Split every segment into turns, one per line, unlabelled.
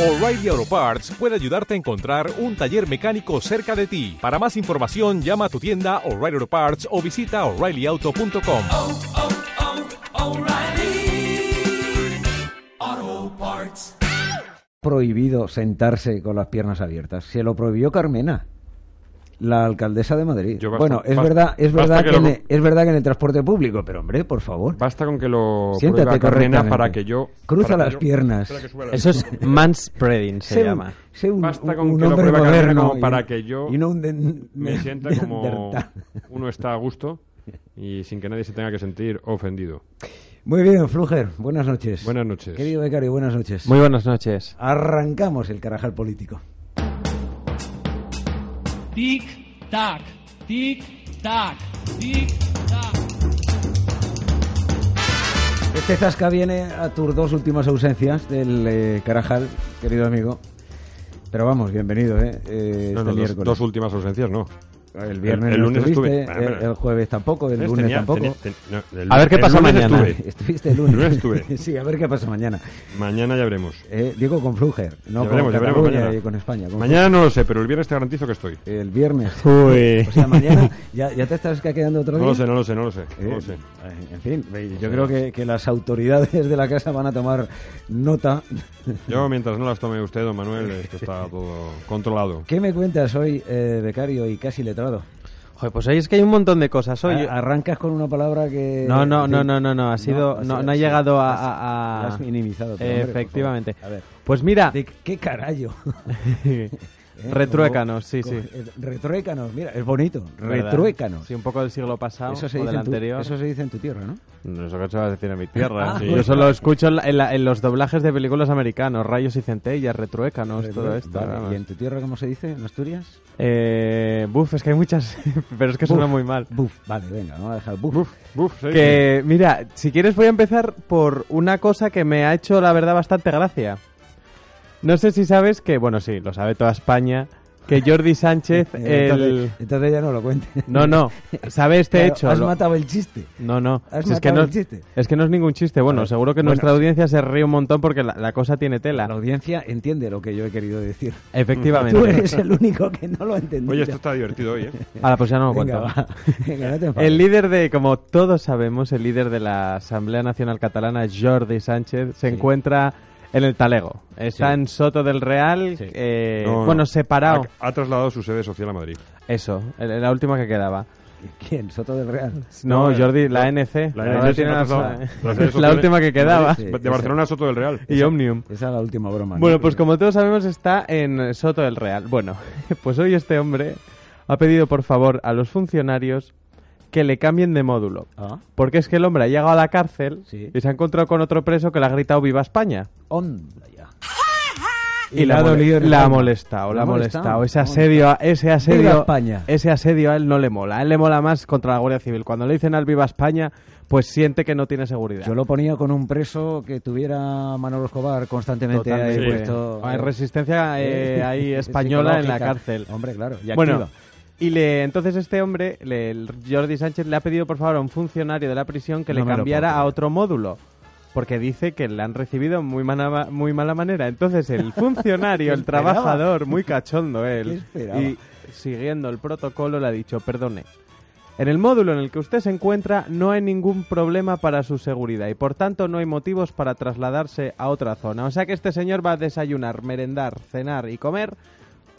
O'Reilly Auto Parts puede ayudarte a encontrar un taller mecánico cerca de ti. Para más información, llama a tu tienda O'Reilly Auto Parts o visita oreillyauto.com.
prohibido sentarse con las piernas abiertas. Se lo prohibió Carmena, la alcaldesa de Madrid.
Yo basta-
bueno, es
basta-
verdad, es
basta
verdad
que
que,
lo-
en el- es verdad que en el transporte público, pero hombre, por favor,
Basta con que lo
siéntate
prueba Carmena
correctamente.
para que yo...
cruza
para que
las
yo-
piernas.
Espera que suba la-
Eso es manspreading, se
Sé un-
llama.
sé un,
Basta
un-
con
un
que lo
hombre
pruebe Carmena
moderno
como
y-
para que yo
y no un de-
Me sienta como
neandertal.
uno está a gusto y sin que nadie se tenga que sentir ofendido.
Muy bien, Fluger, buenas noches.
Buenas noches.
Querido becario, buenas noches.
Muy buenas noches.
Arrancamos el carajal político.
Tic tac, tic tac, tic tac.
Este Zasca viene a tus dos últimas ausencias del eh, Carajal, querido amigo. Pero vamos, bienvenido, ¿eh? Eh, este
No, no, dos,
miércoles.
dos últimas ausencias, no.
el viernes
el- el
no
lunes
estuviste,
estuve. Bueno,
el,
bueno.
el jueves tampoco, el
¿Ves?
lunes
Tenía-
tampoco.
tenía- ten- no, el-
A ver qué
el
pasa
lunes
mañana.
estuve.
Estuviste el lunes.
El lunes estuve.
sí, a ver qué pasa mañana.
Mañana ya veremos.
Eh, Diego con Fluger, no con
Ya veremos, ya veremos
Cataluña
mañana.
y con España. con
Mañana no lo sé, pero el viernes te garantizo que estoy.
Fluger. El viernes.
Uy.
O sea, mañana ya, ya te estás quedando otro
No
día.
lo sé, no lo sé, no lo sé. No
Eh,
lo sé.
En fin, yo creo que, que las autoridades de la casa van a tomar nota
Yo, mientras no las tome usted, don Manuel, esto está todo controlado.
¿Qué me cuentas hoy, eh, becario y casi letrado?
Joder, pues ahí es que hay un montón de cosas. Oye,
A- Arrancas con una palabra que...
No, no,
en
no,
fin.
no, no, no, ha sido, no,
o
no,
sea,
ha
eh, sí,
llegado a,
has-
a- a-
lo has minimizado. pero, hombre, por favor. eh,
Efectivamente.
A ver,
Pues mira,
¿de qué carajo? ¿Eh?
retruécanos, sí, sí.
Retruécanos, mira, es bonito.
¿Verdad?
Retruécanos.
Sí, un poco del siglo pasado
eso, se
o
dice
del
en tu,
anterior.
eso se dice en tu tierra, ¿no?
No sé qué se va a decir en mi tierra. ¿eh?
Ah,
Sí,
bueno.
Yo solo escucho en, la- en la- en los doblajes de películas americanos, Rayos y Centellas, Retruécanos, todo
Retrué-
esto.
Vale,
vamos.
¿Y en tu tierra cómo se dice? ¿En Asturias?
Eh, buf, es que hay muchas, pero es que suena
Buf,
muy mal.
Buf, vale, venga, vamos a dejar buf.
Buf, buf, sí.
Que, mira, si quieres voy a empezar por una cosa que me ha hecho, la verdad, bastante gracia. No sé si sabes que, bueno, sí, lo sabe toda España, que Jordi Sánchez,
Eh,
el...
entonces, entonces ya no lo cuentes.
No, no, sabe este
Claro,
hecho.
Has
lo-
matado el chiste.
No, no,
has
si es que
matado
no,
el chiste.
es que no es ningún chiste. Bueno, seguro que nuestra audiencia se ríe un montón porque la, la cosa tiene tela.
La audiencia entiende lo que yo he querido decir. Tú
Efectivamente.
eres el único que no lo ha entendido.
Oye, esto está divertido hoy, ¿eh?
Ahora, pues ya no lo
Venga,
cuento.
va. Venga, no te enfades.
El líder de, como todos sabemos, el líder de la Asamblea Nacional Catalana, Jordi Sánchez, se encuentra en el Talego. Está en Soto del Real, eh,
No, no.
bueno, separado.
Ha, ha trasladado su sede social a Madrid.
Eso, el- la última que quedaba.
¿Quién? ¿Soto del Real?
No,
No,
Jordi, la NC.
la
Ahora
NC
tiene
no
la- eh.
ha trasladado. Las redes
la
sociales.
última que quedaba.
Sí,
de
esa-
Barcelona a Soto del Real.
Y Omnium.
Esa es la última broma. ¿no?
Bueno, pues como todos sabemos está en Soto del Real. Bueno, pues hoy este hombre ha pedido por favor a los funcionarios que le cambien de módulo.
Ah.
Porque es que el hombre ha llegado a la cárcel
Sí.
y se ha encontrado con otro preso que le ha gritado Viva España.
Onda ya.
Y,
le ha dolido en el
la ha
alma.
molestado, la ha molestado. Ese
Onda.
asedio, a- ese asedio,
España.
ese asedio a él no le mola. A él le mola más contra la Guardia Civil. Cuando le dicen al Viva España, pues siente que no tiene seguridad.
Yo lo ponía con un preso que tuviera Manolo Escobar constantemente ahí
Totalmente.
puesto.
Hay resistencia eh,
Eh,
ahí española en la
psicológica.
cárcel.
Hombre, claro. Y
bueno,
activa.
y le, entonces este hombre, le- el Jordi Sánchez, le ha pedido por favor a un funcionario de la prisión que
No
le
me lo
cambiara
puedo creer.
a otro módulo. Porque dice que le han recibido muy, mana- muy mala manera. Entonces el funcionario, el
esperaba?
trabajador, muy cachondo él,
¿Qué esperaba?
y siguiendo el protocolo le ha dicho, perdone, en el módulo en el que usted se encuentra no hay ningún problema para su seguridad y por tanto no hay motivos para trasladarse a otra zona. O sea que este señor va a desayunar, merendar, cenar y comer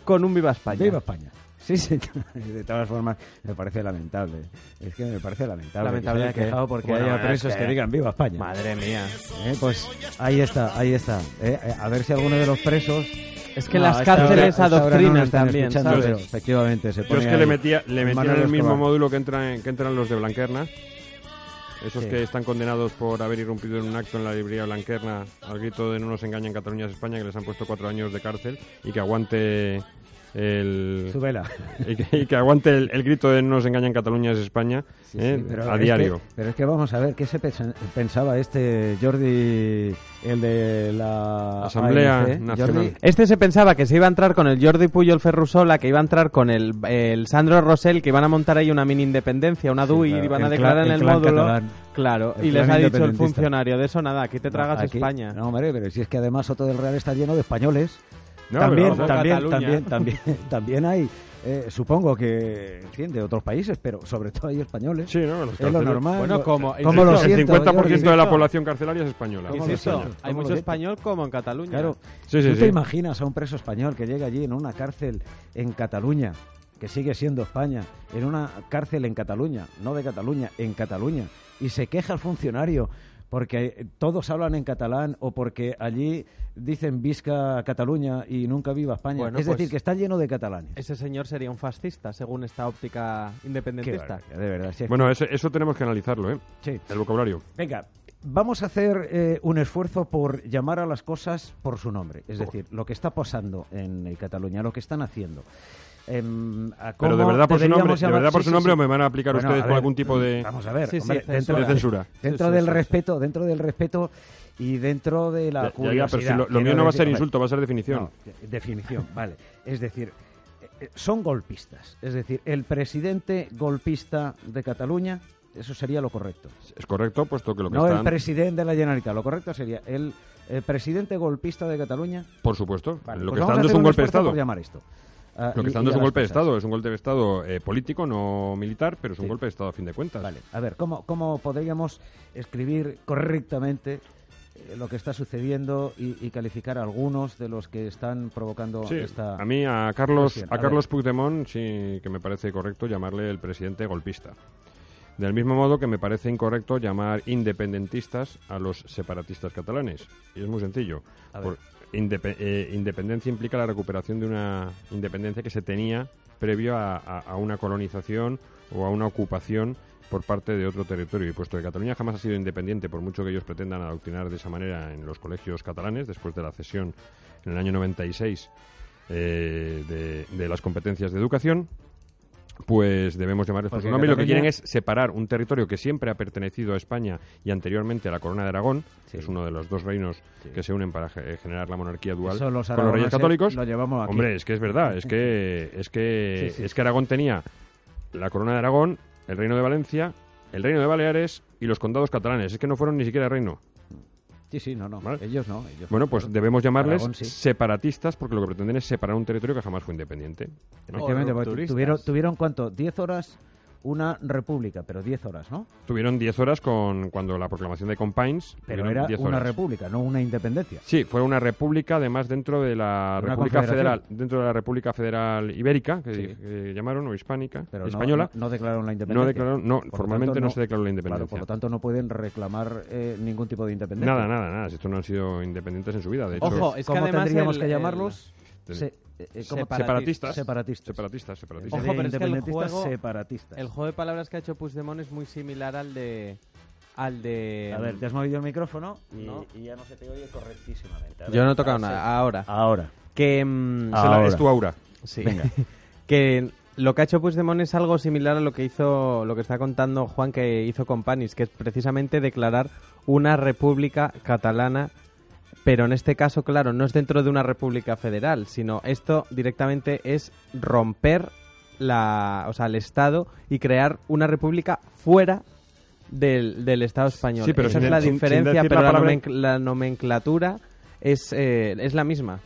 con un Viva España.
Viva España. Sí, sí. De todas formas, me parece lamentable. Es que me parece lamentable.
Lamentable
que se haya
que-
quejado porque
Bueno,
haya
es
presos
que-
que digan Viva España.
Madre mía.
Eh, pues ahí está, ahí está. Eh, eh, a ver si alguno de los presos.
Es que
No,
las
a esta hora- a
cárceles
esta hora no nos
adoctrinan
están
también,
escuchando,
¿sabes?
pero efectivamente, se
Yo
pone
es que
ahí
le metía, le metía en
Manolo
el mismo
Escobar.
módulo que entran, que entran los de Blanquerna. Esos
Sí.
que están condenados por haber irrumpido en un acto en la librería Blanquerna al grito de no nos engañan Cataluña es España, que les han puesto cuatro años de cárcel y que aguante el...
Su vela.
Y que, y que aguante el, el grito de no nos engañan Cataluña es España
Sí,
¿eh?
sí, pero
a
es
diario.
que- pero es que vamos a ver, ¿qué se pensa- pensaba este Jordi, el de la
Asamblea
ANC?
Nacional.
Jordi,
Este se pensaba que se iba a entrar con el Jordi Puyol Ferrusola, que iba a entrar con el, el Sandro Rosell, que iban a montar ahí una mini independencia, una DUI, y
claro,
iban a
el clan-
declarar en
el
el
clan
módulo.
catalán.
Claro,
El
y les ha
plan
dicho el
independentista.
funcionario, de eso nada, aquí te tragas
Aquí-
España.
No, hombre, pero si es que además Soto del Real está lleno de españoles.
No,
también,
pero-
también,
Cataluña.
también, también, también hay, eh, supongo que, en fin, de otros países, pero sobre todo hay españoles.
Sí, ¿no? Los
es lo
carceleros.
normal.
Bueno,
Lo-
como-
como lo
insisto,
El
siento,
50%
Jordi.
de la población carcelaria es española.
¿Cómo lo
Insisto,
siento?
hay
¿Cómo lo
mucho
siento?
español como en Cataluña.
Claro,
Sí, sí,
¿Tú te
sí.
imaginas a un preso español que llega allí en una cárcel en Cataluña, que sigue siendo España, en una cárcel en Cataluña, no de Cataluña, en Cataluña, y se queja al funcionario porque eh, todos hablan en catalán o porque allí dicen visca Cataluña y nunca viva España?
Bueno,
es
pues-
decir, que está lleno de catalanes.
Ese señor sería un fascista, según esta óptica
Qué
independentista.
barbaridad, de verdad, sí.
Bueno, ese- eso tenemos que analizarlo, ¿eh?
Sí.
El vocabulario.
Venga, vamos a hacer eh, un esfuerzo por llamar a las cosas por su nombre. Es decir, lo que está pasando en eh, Cataluña, lo que están haciendo. Em, a
Pero de
cómo
verdad por su
deberíamos
nombre, de
llamar-
verdad por
Sí,
su
sí,
nombre
sí.
o me van a aplicar
Bueno,
ustedes
a
por
ver,
algún tipo de,
Vamos a ver,
Sí, sí,
hombre,
censura.
dentro,
de censura.
dentro
Sí, sí,
del
sí, sí.
respeto, dentro del respeto y dentro de la
Ya- ya, ya,
curiosidad.
pero si lo, lo
quiero
mío no va a
decir,
ser
hombre,
insulto, va a ser definición.
no, de- definición, vale. Es decir, eh, eh, son golpistas. Es decir, el presidente golpista de Cataluña, eso sería lo correcto.
Es correcto, puesto que lo que
No el
están...
presidente de la Generalitat, lo correcto sería el, eh, presidente golpista de Cataluña.
Por supuesto.
Vale,
lo
pues vamos
que está
a
dando es
hacer
un golpe de
esfuerzo
Estado.
por llamar esto. Ah,
Lo
y-
que
y
está dando
a
es un
las
golpe de
cosas.
Estado. Es un golpe de Estado eh, político, no militar, pero es un
Sí.
golpe de Estado a fin de cuentas.
Vale, a ver, ¿cómo, cómo podríamos escribir correctamente eh, lo que está sucediendo y, y calificar a algunos de los que están provocando
Sí,
esta...
a mí, a Carlos,
Presión, a
a
ver.
Carlos Puigdemont, sí que me parece correcto llamarle el presidente golpista. Del mismo modo que me parece incorrecto llamar independentistas a los separatistas catalanes. Y es muy sencillo.
A ver.
Por- indepe- eh, independencia implica la recuperación de una independencia que se tenía previo a, a- a una colonización o a una ocupación por parte de otro territorio. Y puesto que Cataluña jamás ha sido independiente, por mucho que ellos pretendan adoctrinar de esa manera en los colegios catalanes, después de la cesión en el año 96 eh, de, de las competencias de educación, pues debemos llamarles por
Porque
su nombre. Y lo que
Cataluña-
quieren es separar un territorio que siempre ha pertenecido a España y anteriormente a la Corona de Aragón,
Sí.
que es uno de los dos reinos que se unen para ge- generar la monarquía dual
Eso los
con los
aragoneses
reyes católicos.
lo llevamos aquí.
Hombre, es que es verdad, es que es que
Sí, sí,
es que Aragón tenía la Corona de Aragón, el Reino de Valencia, el Reino de Baleares y los condados catalanes. Es que no fueron ni siquiera reino.
Sí, sí, no, no,
Vale.
ellos no. ellos
Bueno,
no.
pues debemos llamarles
Aragón, sí.
separatistas porque lo que pretenden es separar un territorio que jamás fue independiente.
Efectivamente,
O
porque
rupturistas.
tuvieron, tuvieron cuánto? 10 horas una república, pero 10 horas, ¿no?
Tuvieron 10 horas con cuando la proclamación de Compines.
Pero
tuvieron
era
10
una
horas.
república, no una independencia.
Sí, fue una república, además dentro de la
Una
República
confederación.
Federal, dentro de la República Federal Ibérica, que,
Sí.
que llamaron o hispánica,
Pero no-
española.
No, no declararon la
No
independencia.
declararon, no,
Por lo
formalmente
tanto,
no, se declaró la independencia.
Claro, por lo tanto no pueden reclamar eh, ningún tipo de independencia.
nada, nada, nada. Si Estos no han sido independientes en su vida, de hecho.
Ojo, es que
¿Cómo
además
tendríamos
el-
que llamarlos?
el-
Se- eh, eh, ¿cómo?
separatistas.
Separatistas.
Separatistas, separatistas.
Ojo, pero es que el
independentistas
juego-
separatistas.
El juego de palabras que ha hecho Puigdemont es muy similar al de... Al de... mm,
A ver, te has movido el micrófono y,
No.
y ya no se te oye correctísimamente. A ver,
Yo no he tocado
ahora Ah, sí.
nada, ahora.
Ahora.
Que... mm,
Es la-
ahora.
Es tu aura.
Pues Sí. que lo que ha hecho Puigdemont es algo similar a lo que hizo, lo que está contando Juan que hizo con Panis, que es precisamente declarar una república catalana, pero en este caso, claro, no es dentro de una república federal, sino esto directamente es romper la, o sea, el Estado y crear una república fuera del, del Estado español.
Sí, pero
Esa
sin-
es la
sin- sin
diferencia,
decir la
pero la,
palabra-
nomen- la nomenclatura es, eh, es la misma.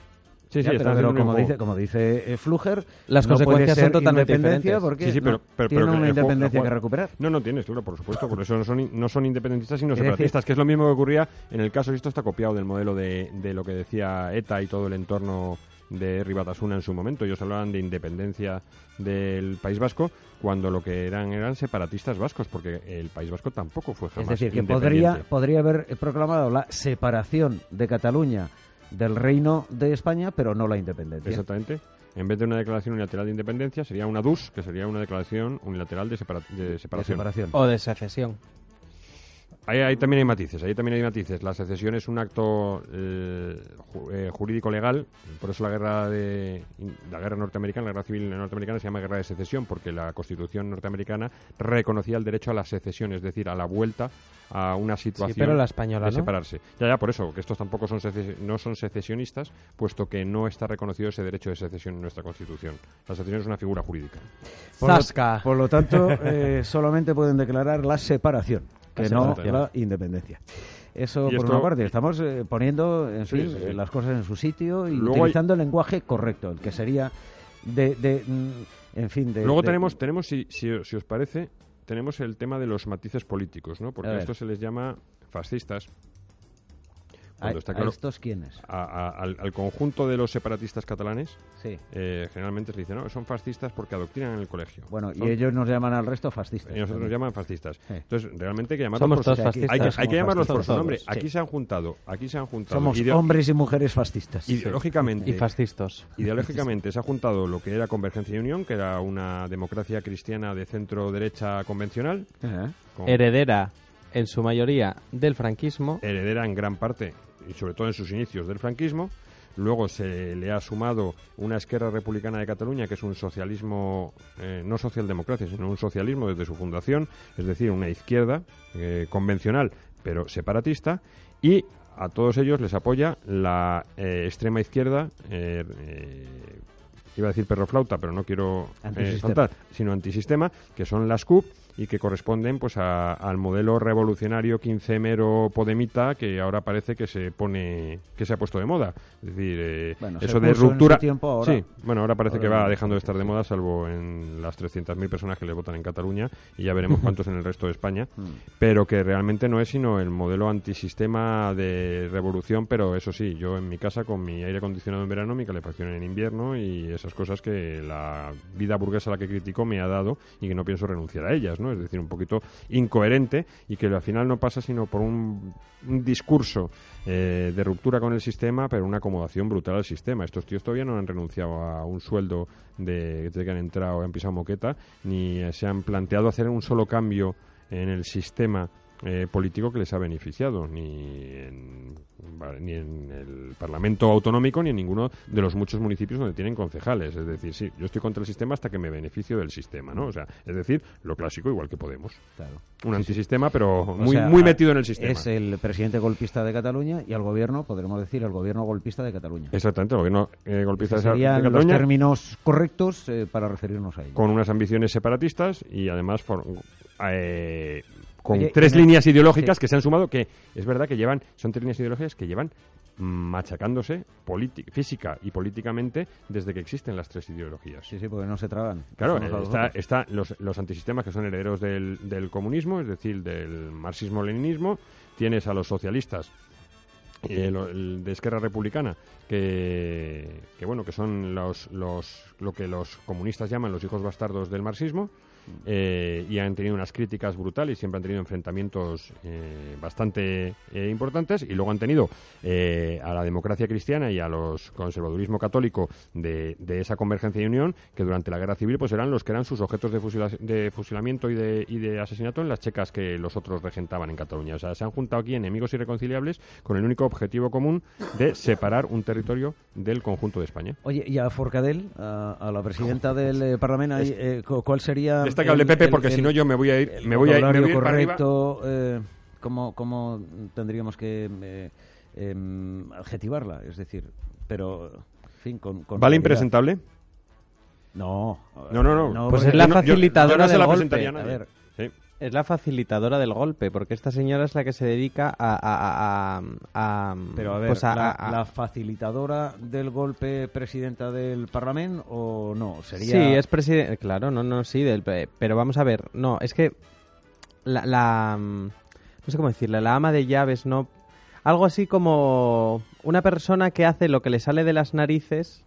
Sí,
Ya,
sí,
pero,
están
pero
haciendo
como
un juego.
dice, como dice eh, Fluger,
Las
no puede
consecuencias
ser
son totalmente
independencia
diferentes.
Porque
Sí, sí,
no,
pero- pero-
tiene
pero que el
una
juego-
independencia
el
que
juego-
recuperar.
No, no tienes, claro, por supuesto, por eso no son, no son independentistas sino
Es decir-
separatistas, que es lo mismo que ocurría en el caso, y esto está copiado del modelo de, de lo que decía ETA y todo el entorno de Ribatasuna en su momento. Ellos hablaban de independencia del País Vasco cuando lo que eran eran separatistas vascos, porque el País Vasco tampoco fue jamás
Es decir, que
independiente.
podría, podría haber eh, proclamado la separación de Cataluña del reino de España, pero no la independencia.
Exactamente. En vez de una declaración unilateral de independencia, sería una DUS, que sería una declaración unilateral de, separa- de
La
separación.
separación.
O de secesión.
Ahí, ahí también hay matices, ahí también hay matices. La secesión es un acto eh, ju- eh, jurídico-legal, por eso la guerra de la guerra norteamericana, la guerra civil norteamericana se llama guerra de secesión, porque la Constitución norteamericana reconocía el derecho a la secesión, es decir, a la vuelta a una situación
pero la española,
de
¿no?
separarse. Ya, ya, por eso, que estos tampoco son secesi- no son secesionistas, puesto que no está reconocido ese derecho de secesión en nuestra Constitución. La secesión es una figura jurídica.
Por lo-
Zasca.
Por lo tanto, eh, solamente pueden declarar la separación. que
Esa
no
parte.
la independencia. Eso
Y
por
esto-
una parte, estamos eh, poniendo en
Sí,
su-
sí, sí.
las cosas en su sitio y
Luego hay-
utilizando el lenguaje correcto, el que sería de, de, mm, en fin, de...
Luego
de-
tenemos, tenemos si, si- si os parece, tenemos el tema de los matices políticos, ¿no? Porque
A
a
ver.
esto se les llama fascistas.
a,
Cuando está
a
claro,
estos quiénes.
a- a- al, al conjunto de los separatistas catalanes,
Sí.
eh, generalmente se les dice, no, son fascistas porque adoctrinan en el colegio.
Bueno,
Son-
y ellos nos llaman al resto fascistas.
y nosotros nos llaman fascistas.
Sí.
Entonces, realmente hay que llamarlos
Somos
por su-
todos
o sea, aquí-
hay que,
fascistas.
hay que
somos
llamarlos por
fascistas
su nombre.
todos,
Aquí
sí.
se han juntado, aquí se han juntado.
Somos
ideo-
hombres y mujeres fascistas.
ideológicamente,
Y fascistos.
Ideológicamente se ha juntado lo que era Convergencia y Unión, que era una democracia cristiana de centro-derecha convencional,
Ajá.
con
Heredera, en su mayoría, del franquismo.
heredera en gran parte, y sobre todo en sus inicios, del franquismo. Luego se le ha sumado una esquerra republicana de Cataluña, que es un socialismo, eh, no socialdemocracia, sino un socialismo desde su fundación, es decir, una izquierda eh, convencional, pero separatista, y a todos ellos les apoya la eh, extrema izquierda. eh, eh, Iba a decir perroflauta, pero no quiero eh,
Antisistema.
saltar, sino antisistema, que son las CUP y que corresponden pues a- al modelo revolucionario quincemero podemita que ahora parece que se pone que se ha puesto de moda es decir eh,
Bueno, se
eso de
puso en su
ruptura
tiempo, ahora-
sí bueno ahora parece que
ahora-
va dejando de estar de moda salvo en las 300.000 personas que le votan en Cataluña y ya veremos cuántos en el resto de España pero que realmente no es sino el modelo antisistema de revolución pero eso sí yo en mi casa con mi aire acondicionado en verano mi calefacción en invierno y esas cosas que la vida burguesa a la que critico me ha dado y que no pienso renunciar a ellas no es decir un poquito incoherente y que al final no pasa sino por un, un discurso eh, de ruptura con el sistema pero una acomodación brutal al sistema estos tíos todavía no han renunciado a un sueldo de, de que han entrado han pisado moqueta ni eh, se han planteado hacer un solo cambio en el sistema eh, político que les ha beneficiado, ni en, vale, ni en el Parlamento autonómico ni en ninguno de los muchos municipios donde tienen concejales. Es decir, sí, yo estoy contra el sistema hasta que me beneficio del sistema, ¿no? O sea, es decir, lo clásico igual que Podemos.
Claro.
Un antisistema, pero
O
muy,
sea,
muy metido en el sistema.
Es el presidente golpista de Cataluña y al gobierno, podremos decir, el gobierno golpista de Cataluña.
Exactamente, el gobierno eh, golpista de
Serían los
Cataluña
términos correctos eh, para referirnos a ello.
con unas ambiciones separatistas y además for- eh, con
Oye,
tres
en el-
líneas ideológicas
sí.
que se han sumado que es verdad que llevan son tres líneas ideológicas que llevan machacándose politi- física y políticamente desde que existen las tres ideologías.
Sí, sí, porque no se traban.
Claro,
Unos a los
está,
otros.
está los, los antisistemas que son herederos del, del comunismo, es decir, del marxismo-leninismo. Tienes a los socialistas eh, lo- el de Esquerra Republicana, que, que, bueno, que son los, los, lo que los comunistas llaman los hijos bastardos del marxismo. eh, y han tenido unas críticas brutales, siempre han tenido enfrentamientos eh, bastante eh, importantes y luego han tenido eh, a la democracia cristiana y a los conservadurismo católico de, de esa convergencia y unión que durante la guerra civil pues eran los que eran sus objetos de, fusila- de fusilamiento y de, y de asesinato en las checas que los otros regentaban en Cataluña. O sea, se han juntado aquí enemigos irreconciliables con el único objetivo común de separar un territorio del conjunto de España.
Oye, y a Forcadell, a, a la presidenta del eh, Parlamento, ahí, eh, cu- ¿cuál sería.
Esta que hable
el-
Pepe
el-
porque
el-
si no yo me voy a ir,
el
me voy a ir, me
vocabulario
voy a ir para arriba.
correcto, eh, ¿cómo, cómo tendríamos que eh, em, adjetivarla? Es decir, pero. En fin, con, con
¿Vale
claridad.
impresentable?
No.
No, no, no.
Pues
porque-
es
yo
la
no- yo- yo
facilitadora
no se
del
la
golpe.
presentaría a nadie.
A ver.
Sí.
Es la facilitadora del golpe, porque esta señora es la que se dedica a... a- a- a- a-
Pero a ver,
pues a-
la,
a- a-
la facilitadora del golpe presidenta del Parlamento o no? Sería...
Sí, es presidente. Claro, no, no, sí, del, pe- pero vamos a ver. No, es que la, la, mm, No sé cómo decirle, la ama de llaves, ¿no? Algo así como una persona que hace lo que le sale de las narices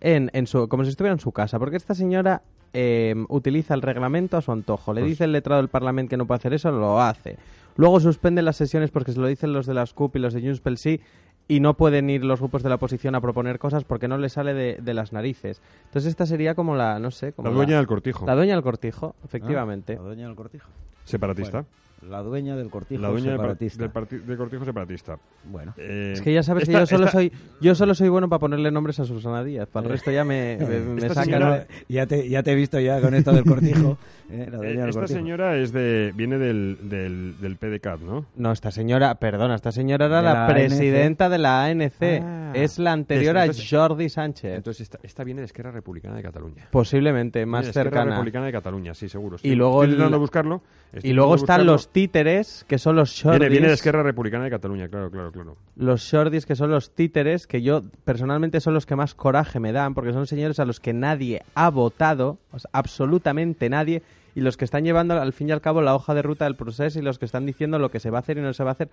en, en su, como si estuviera en su casa. Porque esta señora eh, utiliza el reglamento a su antojo. Le
Pues-
dice el letrado del Parlamento que no puede hacer eso, lo hace. Luego suspende las sesiones porque se lo dicen los de las CUP y los de Junts pel Sí y no pueden ir los grupos de la oposición a proponer cosas porque no les sale de, de las narices. Entonces esta sería como la, no sé, como
La dueña del cortijo,
la dueña del cortijo,
Ah,
efectivamente.
La dueña del cortijo.
separatista.
Bueno, la dueña del cortijo
la dueña del par-
separatista.
del, parti- del cortijo separatista.
Bueno.
Eh,
es que ya sabes
esta-
que yo solo
esta-
soy yo solo soy bueno para ponerle nombres a Susana Díaz. Para el resto ya me, me, me
Esta
sacan.
señora-
Ya te, ya te he visto ya con esto del cortijo. eh, la dueña
eh,
del
esta
cortijo.
señora es de, viene del, del, del PDCAT, ¿no?
No, esta señora, perdona, esta señora era
De
la,
la ANC.
presidenta de la ANC.
Ah.
es la anterior a
Entonces-
Jordi Sánchez.
Entonces esta, esta viene de Esquerra Republicana de Cataluña.
posiblemente
Viene
más
de Esquerra
cercana.
Republicana de Cataluña, sí, seguro.
Y luego
estoy
el-
intentando buscarlo. estoy
Y luego
intentando
están los
buscarlo.
títeres, que son los shorties.
Viene, viene de Esquerra Republicana de Cataluña, claro, claro, claro.
los shorties, que son los títeres, que yo personalmente son los que más coraje me dan, porque son señores a los que nadie ha votado, o sea, absolutamente nadie, y los que están llevando al fin y al cabo la hoja de ruta del proceso y los que están diciendo lo que se va a hacer y no se va a hacer.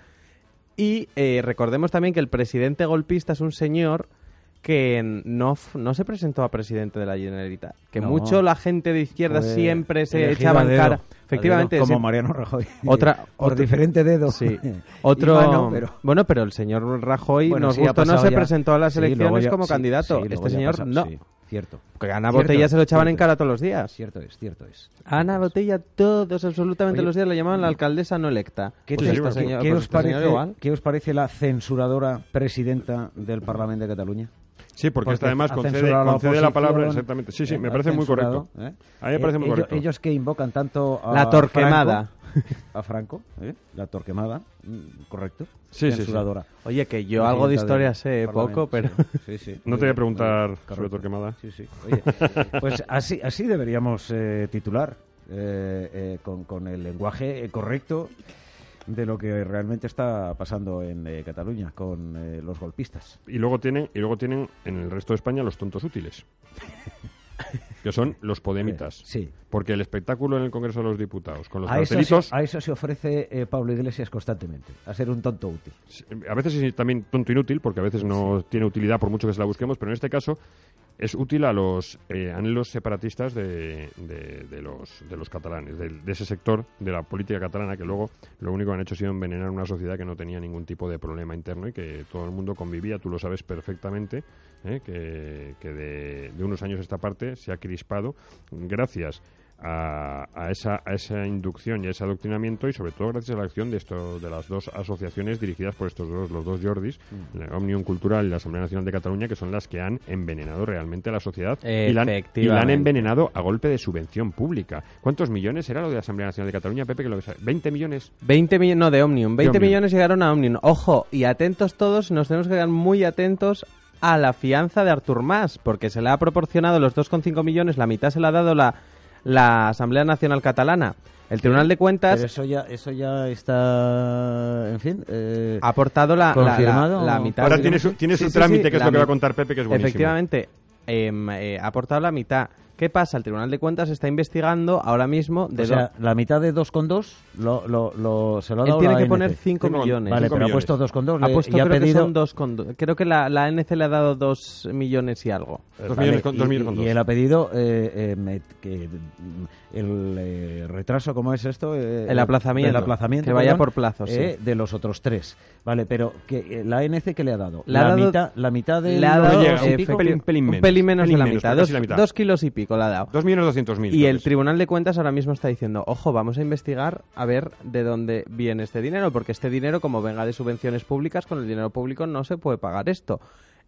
Y eh, recordemos también que el presidente golpista es un señor que no, f- no se presentó a presidente de la Generalitat. Que
No.
mucho la gente de izquierda
Fue
siempre se
elegido
echaba
a
en
dedo,
cara.
a dedo,
Efectivamente,
como
sí.
Mariano Rajoy.
Otra-
por
otra-
diferente dedo.
Sí.
Y
Otro.
Mano, pero-
Bueno, pero el señor Rajoy,
Bueno,
nos
sí, ha
gustó o no
pasado
se
ya.
presentó a las
Sí,
elecciones
luego ya-
como
sí,
candidato.
sí, luego
este
ya ha
señor
pasado,
no.
sí, cierto.
Porque Ana
Cierto
Botella
es,
se lo echaban en
cierto
cara
es.
todos los días.
Cierto es, cierto es.
Ana Botella, todos, absolutamente
Oye,
los días, la llamaban la alcaldesa no electa.
¿Qué,
Pues
te-
sí,
este
bueno,
señor-
qué
pues
os
este señor
parece,
igual.
qué os parece la censuradora presidenta del Parlamento de Cataluña?
Sí, porque, esta
ha
además concede,
censurado a
concede la
oposición,
palabra exactamente. Sí, sí, me
ha
parece muy
censurado,
correcto.
¿eh?
A mí me parece muy
ellos,
correcto.
ellos que invocan tanto a
La Torquemada.
Franco- a Franco, ¿eh? la torquemada, mm, correcto.
Sí, sí, sí.
censuradora.
Oye, que yo algo de historia sé poco, pero.
Sí, sí.
No te voy a preguntar
Oye,
sobre Torquemada.
Sí, sí. Oye, pues así, así deberíamos eh, titular, eh, eh, con, con el lenguaje eh, correcto de lo que realmente está pasando en eh, Cataluña con eh, los golpistas.
Y luego tienen y luego tienen en el resto de España los tontos útiles. que son los podemitas.
Sí.
Porque el espectáculo en el Congreso de los Diputados con los
A eso,
cartelitos
se, a eso se ofrece eh, Pablo Iglesias constantemente, a ser un tonto útil.
a veces es también tonto e inútil, porque a veces no tiene utilidad por mucho que se la busquemos, pero en este caso es útil a los eh, anhelos separatistas de, de- de los, de los catalanes, del- de, ese sector de la política catalana que luego lo único que han hecho ha sido envenenar una sociedad que no tenía ningún tipo de problema interno y que todo el mundo convivía, tú lo sabes perfectamente, ¿eh? que, que de, de unos años a esta parte se ha crispado gracias a, a esa, a esa inducción y a ese adoctrinamiento y sobre todo gracias a la acción de, esto, de las dos asociaciones dirigidas por estos dos, los dos Jordis,
Mm.
la Omnium Cultural y la Asamblea Nacional de Cataluña, que son las que han envenenado realmente a la sociedad y la, han, y la han
Efectivamente.
envenenado a golpe de subvención pública. ¿Cuántos millones era lo de la Asamblea Nacional de Cataluña, Pepe? Que lo sabe? ¿20 millones?
20 millones, no, de Omnium. 20
Omnium.
millones llegaron a Omnium. Ojo, y atentos todos, nos tenemos que quedar muy atentos a la fianza de Artur Mas, porque se le ha proporcionado los 2,5 millones, la mitad se la ha dado la, la Asamblea Nacional Catalana. El Tribunal de Cuentas
Pero eso ya, eso ya está, en fin, eh,
ha aportado la, la- la-
¿Confirmado?
la mitad.
Ahora tiene
digamos.
su, tiene
Sí,
su
sí,
trámite,
sí,
que es
la
lo que
mi-
va a contar Pepe, que es buenísimo.
Efectivamente, em, eh, ha aportado la mitad. ¿Qué pasa? El Tribunal de Cuentas está investigando ahora mismo de
o sea,
dónde-
la mitad de 2,2 lo, lo, lo, se lo ha
Él
dado
tiene
la
que
ANC.
poner 5
Cinco-
millones.
Vale,
Cinco
pero ha
millones.
puesto 2,2
Ha
le-
puesto,
y ha
creo que
pedido...
son dos con do- Creo que la, la ANC le ha dado dos millones y algo.
Dos
Vale,
millones con-
y-
dos millones con
y,
dos.
y él ha pedido eh, eh, me- que mm, el eh, retraso, ¿cómo es esto? Eh,
El aplazamiento.
El aplazamiento.
Que vaya
perdón,
por plazos,
eh, De los otros tres. Vale, pero que, eh, la ANC, ¿qué le ha dado?
Le ha dado-
mitad, la mitad de...
Le ha
no
dado
llega, un
eh,
pico,
efecti-
pelín- pelín menos.
menos de
Pelín
la
menos,
mitad.
casi
Dos,
la mitad.
dos kilos y pico le ha dado.
2.200.000.
Y el
entonces.
Tribunal de Cuentas ahora mismo está diciendo, ojo, vamos a investigar a ver de dónde viene este dinero, porque este dinero, como venga de subvenciones públicas, con el dinero público no se puede pagar esto.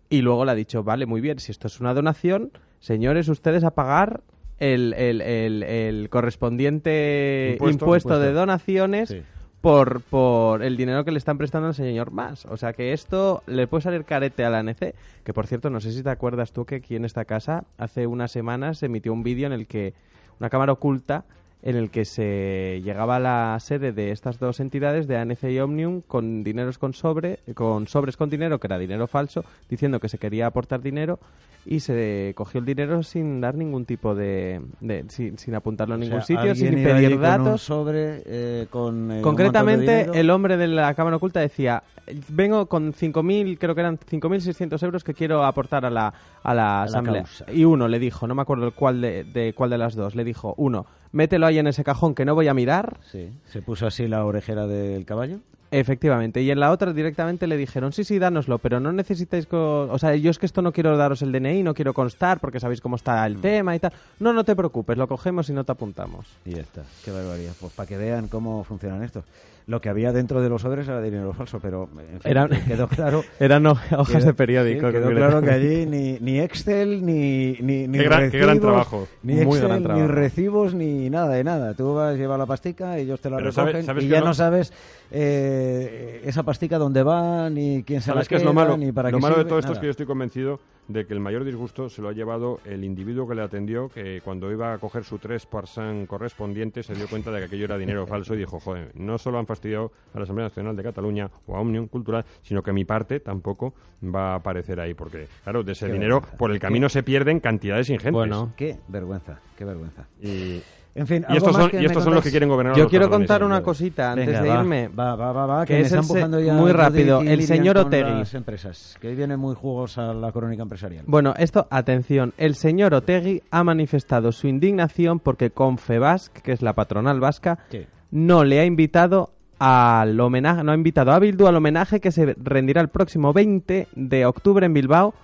Y luego le ha dicho, vale, muy bien, si esto es una donación, señores, ustedes a pagar el, el- el- el correspondiente impuesto,
Impuesto,
de
impuesto.
donaciones.
Sí.
Por, por el dinero que le están prestando al señor Más. O sea que esto le puede salir carete a la ANC. Que por cierto, no sé si te acuerdas tú que aquí en esta casa hace unas semanas se emitió un vídeo en el que una cámara oculta en el que se llegaba a la sede de estas dos entidades de ANC y Omnium con dineros con sobre con sobres con dinero que era dinero falso diciendo que se quería aportar dinero y se cogió el dinero sin dar ningún tipo de, de- sin, sin apuntarlo a
O sea,
ningún sitio
alguien
sin
iba allí con
pedir
un
datos
sobre, eh, con, eh, un montón de
Concretamente,
dinero.
el hombre de la cámara oculta decía, vengo con 5.000, creo que eran 5.600 euros que quiero aportar a la, a la asamblea.
causa.
y uno le dijo, no me acuerdo el cuál de, de cuál de las dos, le dijo, uno, mételo ahí en ese cajón que no voy a mirar.
Sí, se puso así la orejera del caballo.
Efectivamente. Y en la otra directamente le dijeron, sí, sí, dánoslo, pero no necesitáis... co- O sea, yo es que esto no quiero daros el DNI, no quiero constar porque sabéis cómo está
Mm.
el tema y tal. No, no te preocupes, lo cogemos y no te apuntamos.
Y ya está, qué barbaridad. Pues para que vean cómo funcionan estos. Lo que había dentro de los sobres era dinero falso, pero en fin,
Era-
quedó claro.
Eran hojas
quedó-
de periódico.
sí, quedó claro que allí ni, ni Excel, ni, ni, ni
Qué gran- qué gran
recibos,
trabajo.
Ni
Muy
Excel,
gran trabajo.
ni recibos, ni nada de nada. Tú vas, llevas la pastica, ellos te la
Pero
recogen
sabe- sabes
y
que
ya
lo-
no sabes eh, esa pastica dónde va, ni quién se la
¿Sabes qué es
queda,
lo malo?
ni para
lo
qué
malo de
sirve,
todo esto es
nada.
que yo estoy convencido de que el mayor disgusto se lo ha llevado el individuo que le atendió, que cuando iba a coger su tres parsan correspondiente se dio cuenta de que aquello era dinero falso y dijo, joder, no solo han fastidiado a la Asamblea Nacional de Cataluña o a Unión Cultural, sino que mi parte tampoco va a aparecer ahí, porque claro, de ese
Qué
dinero
vergüenza.
por el camino se pierden cantidades ingentes.
Bueno.
Qué vergüenza, qué vergüenza.
Y,
En fin,
y
algo
estos,
más
son,
que
y
me
estos son los que
contáis.
quieren gobernar. a
Yo
los
quiero
catalanes,
contar una
hombre.
cosita antes
Venga,
de
va,
irme.
Va, va, va, va, que,
Que
me
es el
están
se-
empujando ya
muy
Judith
rápido,
y
el
Lilian
señor
con
Otegi.
las empresas, que hoy vienen muy jugosa la crónica empresarial.
Bueno, esto, atención, el señor Otegui ha manifestado su indignación porque Confebask, que es la patronal vasca,
Sí.
no le ha invitado al homenaje, no ha invitado a Bildu al homenaje que se rendirá el próximo 20 de octubre en Bilbao,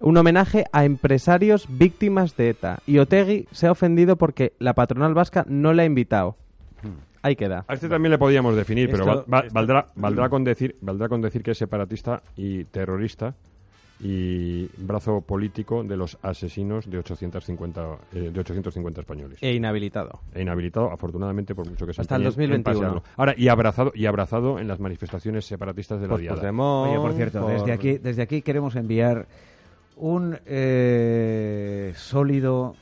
un homenaje a empresarios víctimas de ETA. Y Otegui se ha ofendido porque la patronal vasca no le ha invitado.
Hmm.
Ahí queda.
A este también le podíamos definir, pero
Esto- Mm.
va- va- valdrá, valdrá, con decir, valdrá con decir que es separatista y terrorista y brazo político de los asesinos de 850, eh, de 850 españoles.
Eh.
E inhabilitado.
E inhabilitado, afortunadamente, por mucho que se
Hasta el
empeñen en
2021.
pasearlo. Ahora, y abrazado, y abrazado en las manifestaciones separatistas de la
Pues
Por
Diada.
Puigdemont,
Oye, por cierto,
por-
Desde, aquí, desde aquí queremos enviar un eh, sólido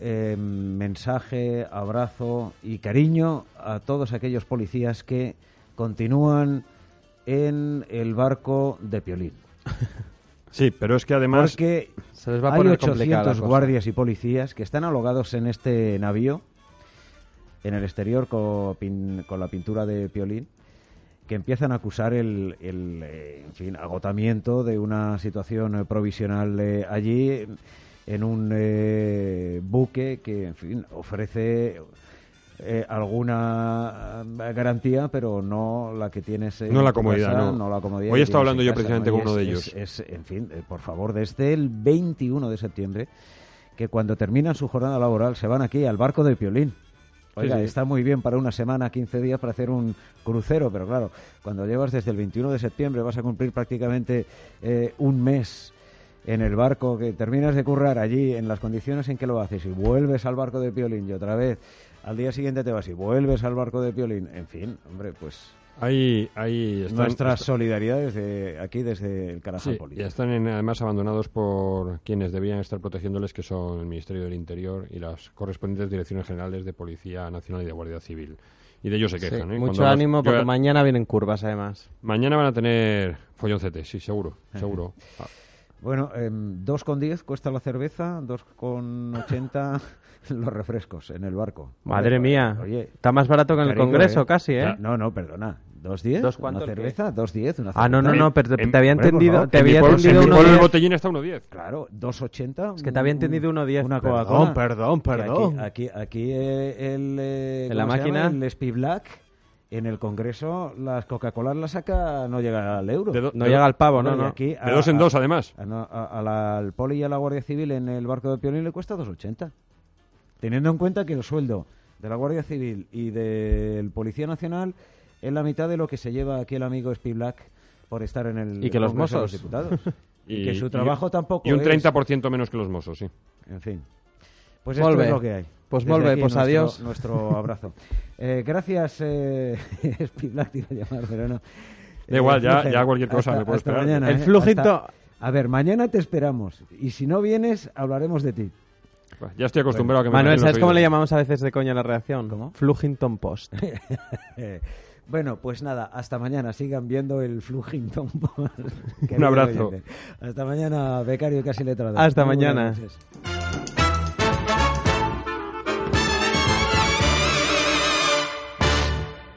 eh, mensaje, abrazo y cariño a todos aquellos policías que continúan en el barco de Piolín.
Sí, pero es que además...
Porque
Se Pues, les va a
hay
poner
800
complicada la
guardias y policías que están alogados en este navío, en el exterior co- pin- con, la pintura de Piolín, que empiezan a acusar el, el, eh, en fin, agotamiento de una situación eh, provisional eh, allí en un eh, buque que, en fin, ofrece... eh, alguna eh, garantía, pero no la que tienes. en
No la
tu
comodidad,
casa,
no.
la comodidad
Hoy
que
he estado
tienes
hablando
en
yo
casa,
precisamente
¿no?
con
Y
uno de
es-
ellos.
es- es, en fin, eh, por favor, desde el 21 de septiembre, que cuando terminan su jornada laboral se van aquí al barco de Piolín. Oiga,
sí.
está muy bien para una semana, 15 días para hacer un crucero, pero claro, cuando llevas desde el 21 de septiembre vas a cumplir prácticamente eh, un mes en el barco, que terminas de currar allí en las condiciones en que lo haces y vuelves al barco de Piolín y otra vez al día siguiente te vas y vuelves al barco de Piolín. En fin, hombre, pues
Ahí, ahí están-
nuestras solidaridades de aquí desde el Carajal
Sí, y
Político.
están en- además abandonados por quienes debían estar protegiéndoles, que son el Ministerio del Interior y las correspondientes direcciones generales de Policía Nacional y de Guardia Civil. Y de ellos se
cosa.
quejan.
Sí,
¿eh? Cuando
Mucho
los-
ánimo
yo-
porque mañana vienen curvas además.
mañana van a tener folloncete, sí, seguro, seguro. Ah,
Bueno, em, 2,10 cuesta la cerveza, 2,80 los refrescos en el barco.
Madre
Oye,
mía,
Oye,
está más barato que en el
cariño,
Congreso
eh.
casi, ¿eh?
Ya.
no, no, perdona. ¿2,10?
¿Dos
¿Una
cuánto el qué?
cerveza? ¿2,10? Una
Ah, no, no,
cerveza.
no, pero te,
En-
te había
hombre, por
entendido,
favor,
te
en mi
había
pueblo-
entendido
en mi
uno
pueblo el
diez.
botellín está a 1.10.
Claro, 2,80.
Es que te había entendido uno diez.
Una
Perdón,
Coca-Cola.
perdón,
Que aquí-
perdón.
Aquí, aquí, eh, el. eh,
¿En
¿cómo
la
se
máquina?
llama? El Spi Black. En el Congreso, las Coca-Colas las saca, no llega al euro.
De do-
No
de-
llega al pavo, no,
Bueno, y
no.
aquí
De dos en dos, además.
A no- a- a la- al poli y a la Guardia Civil en el barco de Piolín le cuesta 2,80. Teniendo en cuenta que el sueldo de la Guardia Civil y del Policía Nacional es la mitad de lo que se lleva aquí el amigo Spi Black por estar en el
Y que los
Congreso de
mozos.
Diputados. y, que su trabajo tampoco
Y un
es-
30% menos que los mozos, sí.
En fin. Pues
Molt
esto
bé.
es lo que hay.
Pues
Desde
molt bé,
aquí
pues
nuestro-
adiós.
Nuestro abrazo. Eh, gracias, eh, Spi Black, te iba a llamar, pero no.
Da igual, ya-
Ángel,
ya cualquier cosa
hasta-
me puedo
hasta
esperar.
mañana,
El
¿eh?
flujito-
Hasta- a ver, mañana te esperamos. Y si no vienes, hablaremos de ti.
Bah, Ya estoy acostumbrado a que me
Manuel,
maten los
¿sabes cómo le
oídos.
llamamos a veces de coña en la reacción?
¿Cómo?
Flugington Post.
Eh, bueno, pues nada, hasta mañana. Sigan viendo el Flujington.
Un abrazo.
Hasta mañana, becario casi letrado.
Hasta
Muy buenas
mañana.
noches.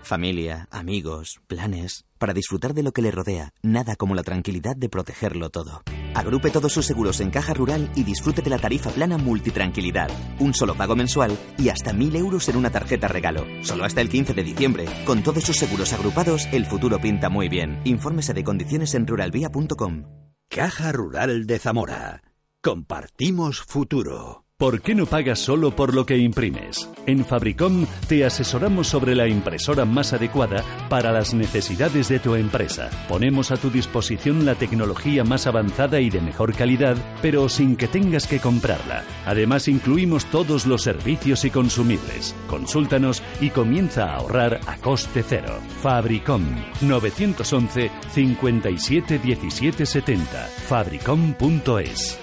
Familia, amigos, planes. Para disfrutar de lo que le rodea, nada como la tranquilidad de protegerlo todo. Agrupe todos sus seguros en Caja Rural y disfrute de la tarifa plana Multitranquilidad. Un solo pago mensual y hasta 1.000 euros en una tarjeta regalo. Solo hasta el 15 de diciembre. Con todos sus seguros agrupados, el futuro pinta muy bien. Infórmese de condiciones en ruralvía.com.
Caja Rural de Zamora. Compartimos futuro. ¿Por qué no pagas solo por lo que imprimes? En Fabricom te asesoramos sobre la impresora más adecuada para las necesidades de tu empresa. Ponemos a tu disposición la tecnología más avanzada y de mejor calidad, pero sin que tengas que comprarla. Además, incluimos todos los servicios y consumibles. Consúltanos y comienza a ahorrar a coste cero. Fabricom 911 57 17 70 fabricom.es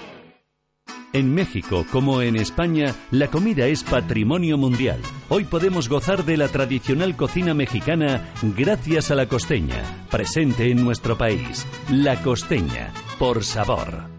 en México, como en España, la comida es patrimonio mundial. Hoy podemos gozar de la tradicional cocina mexicana gracias a la costeña, presente en nuestro país. La costeña, por sabor.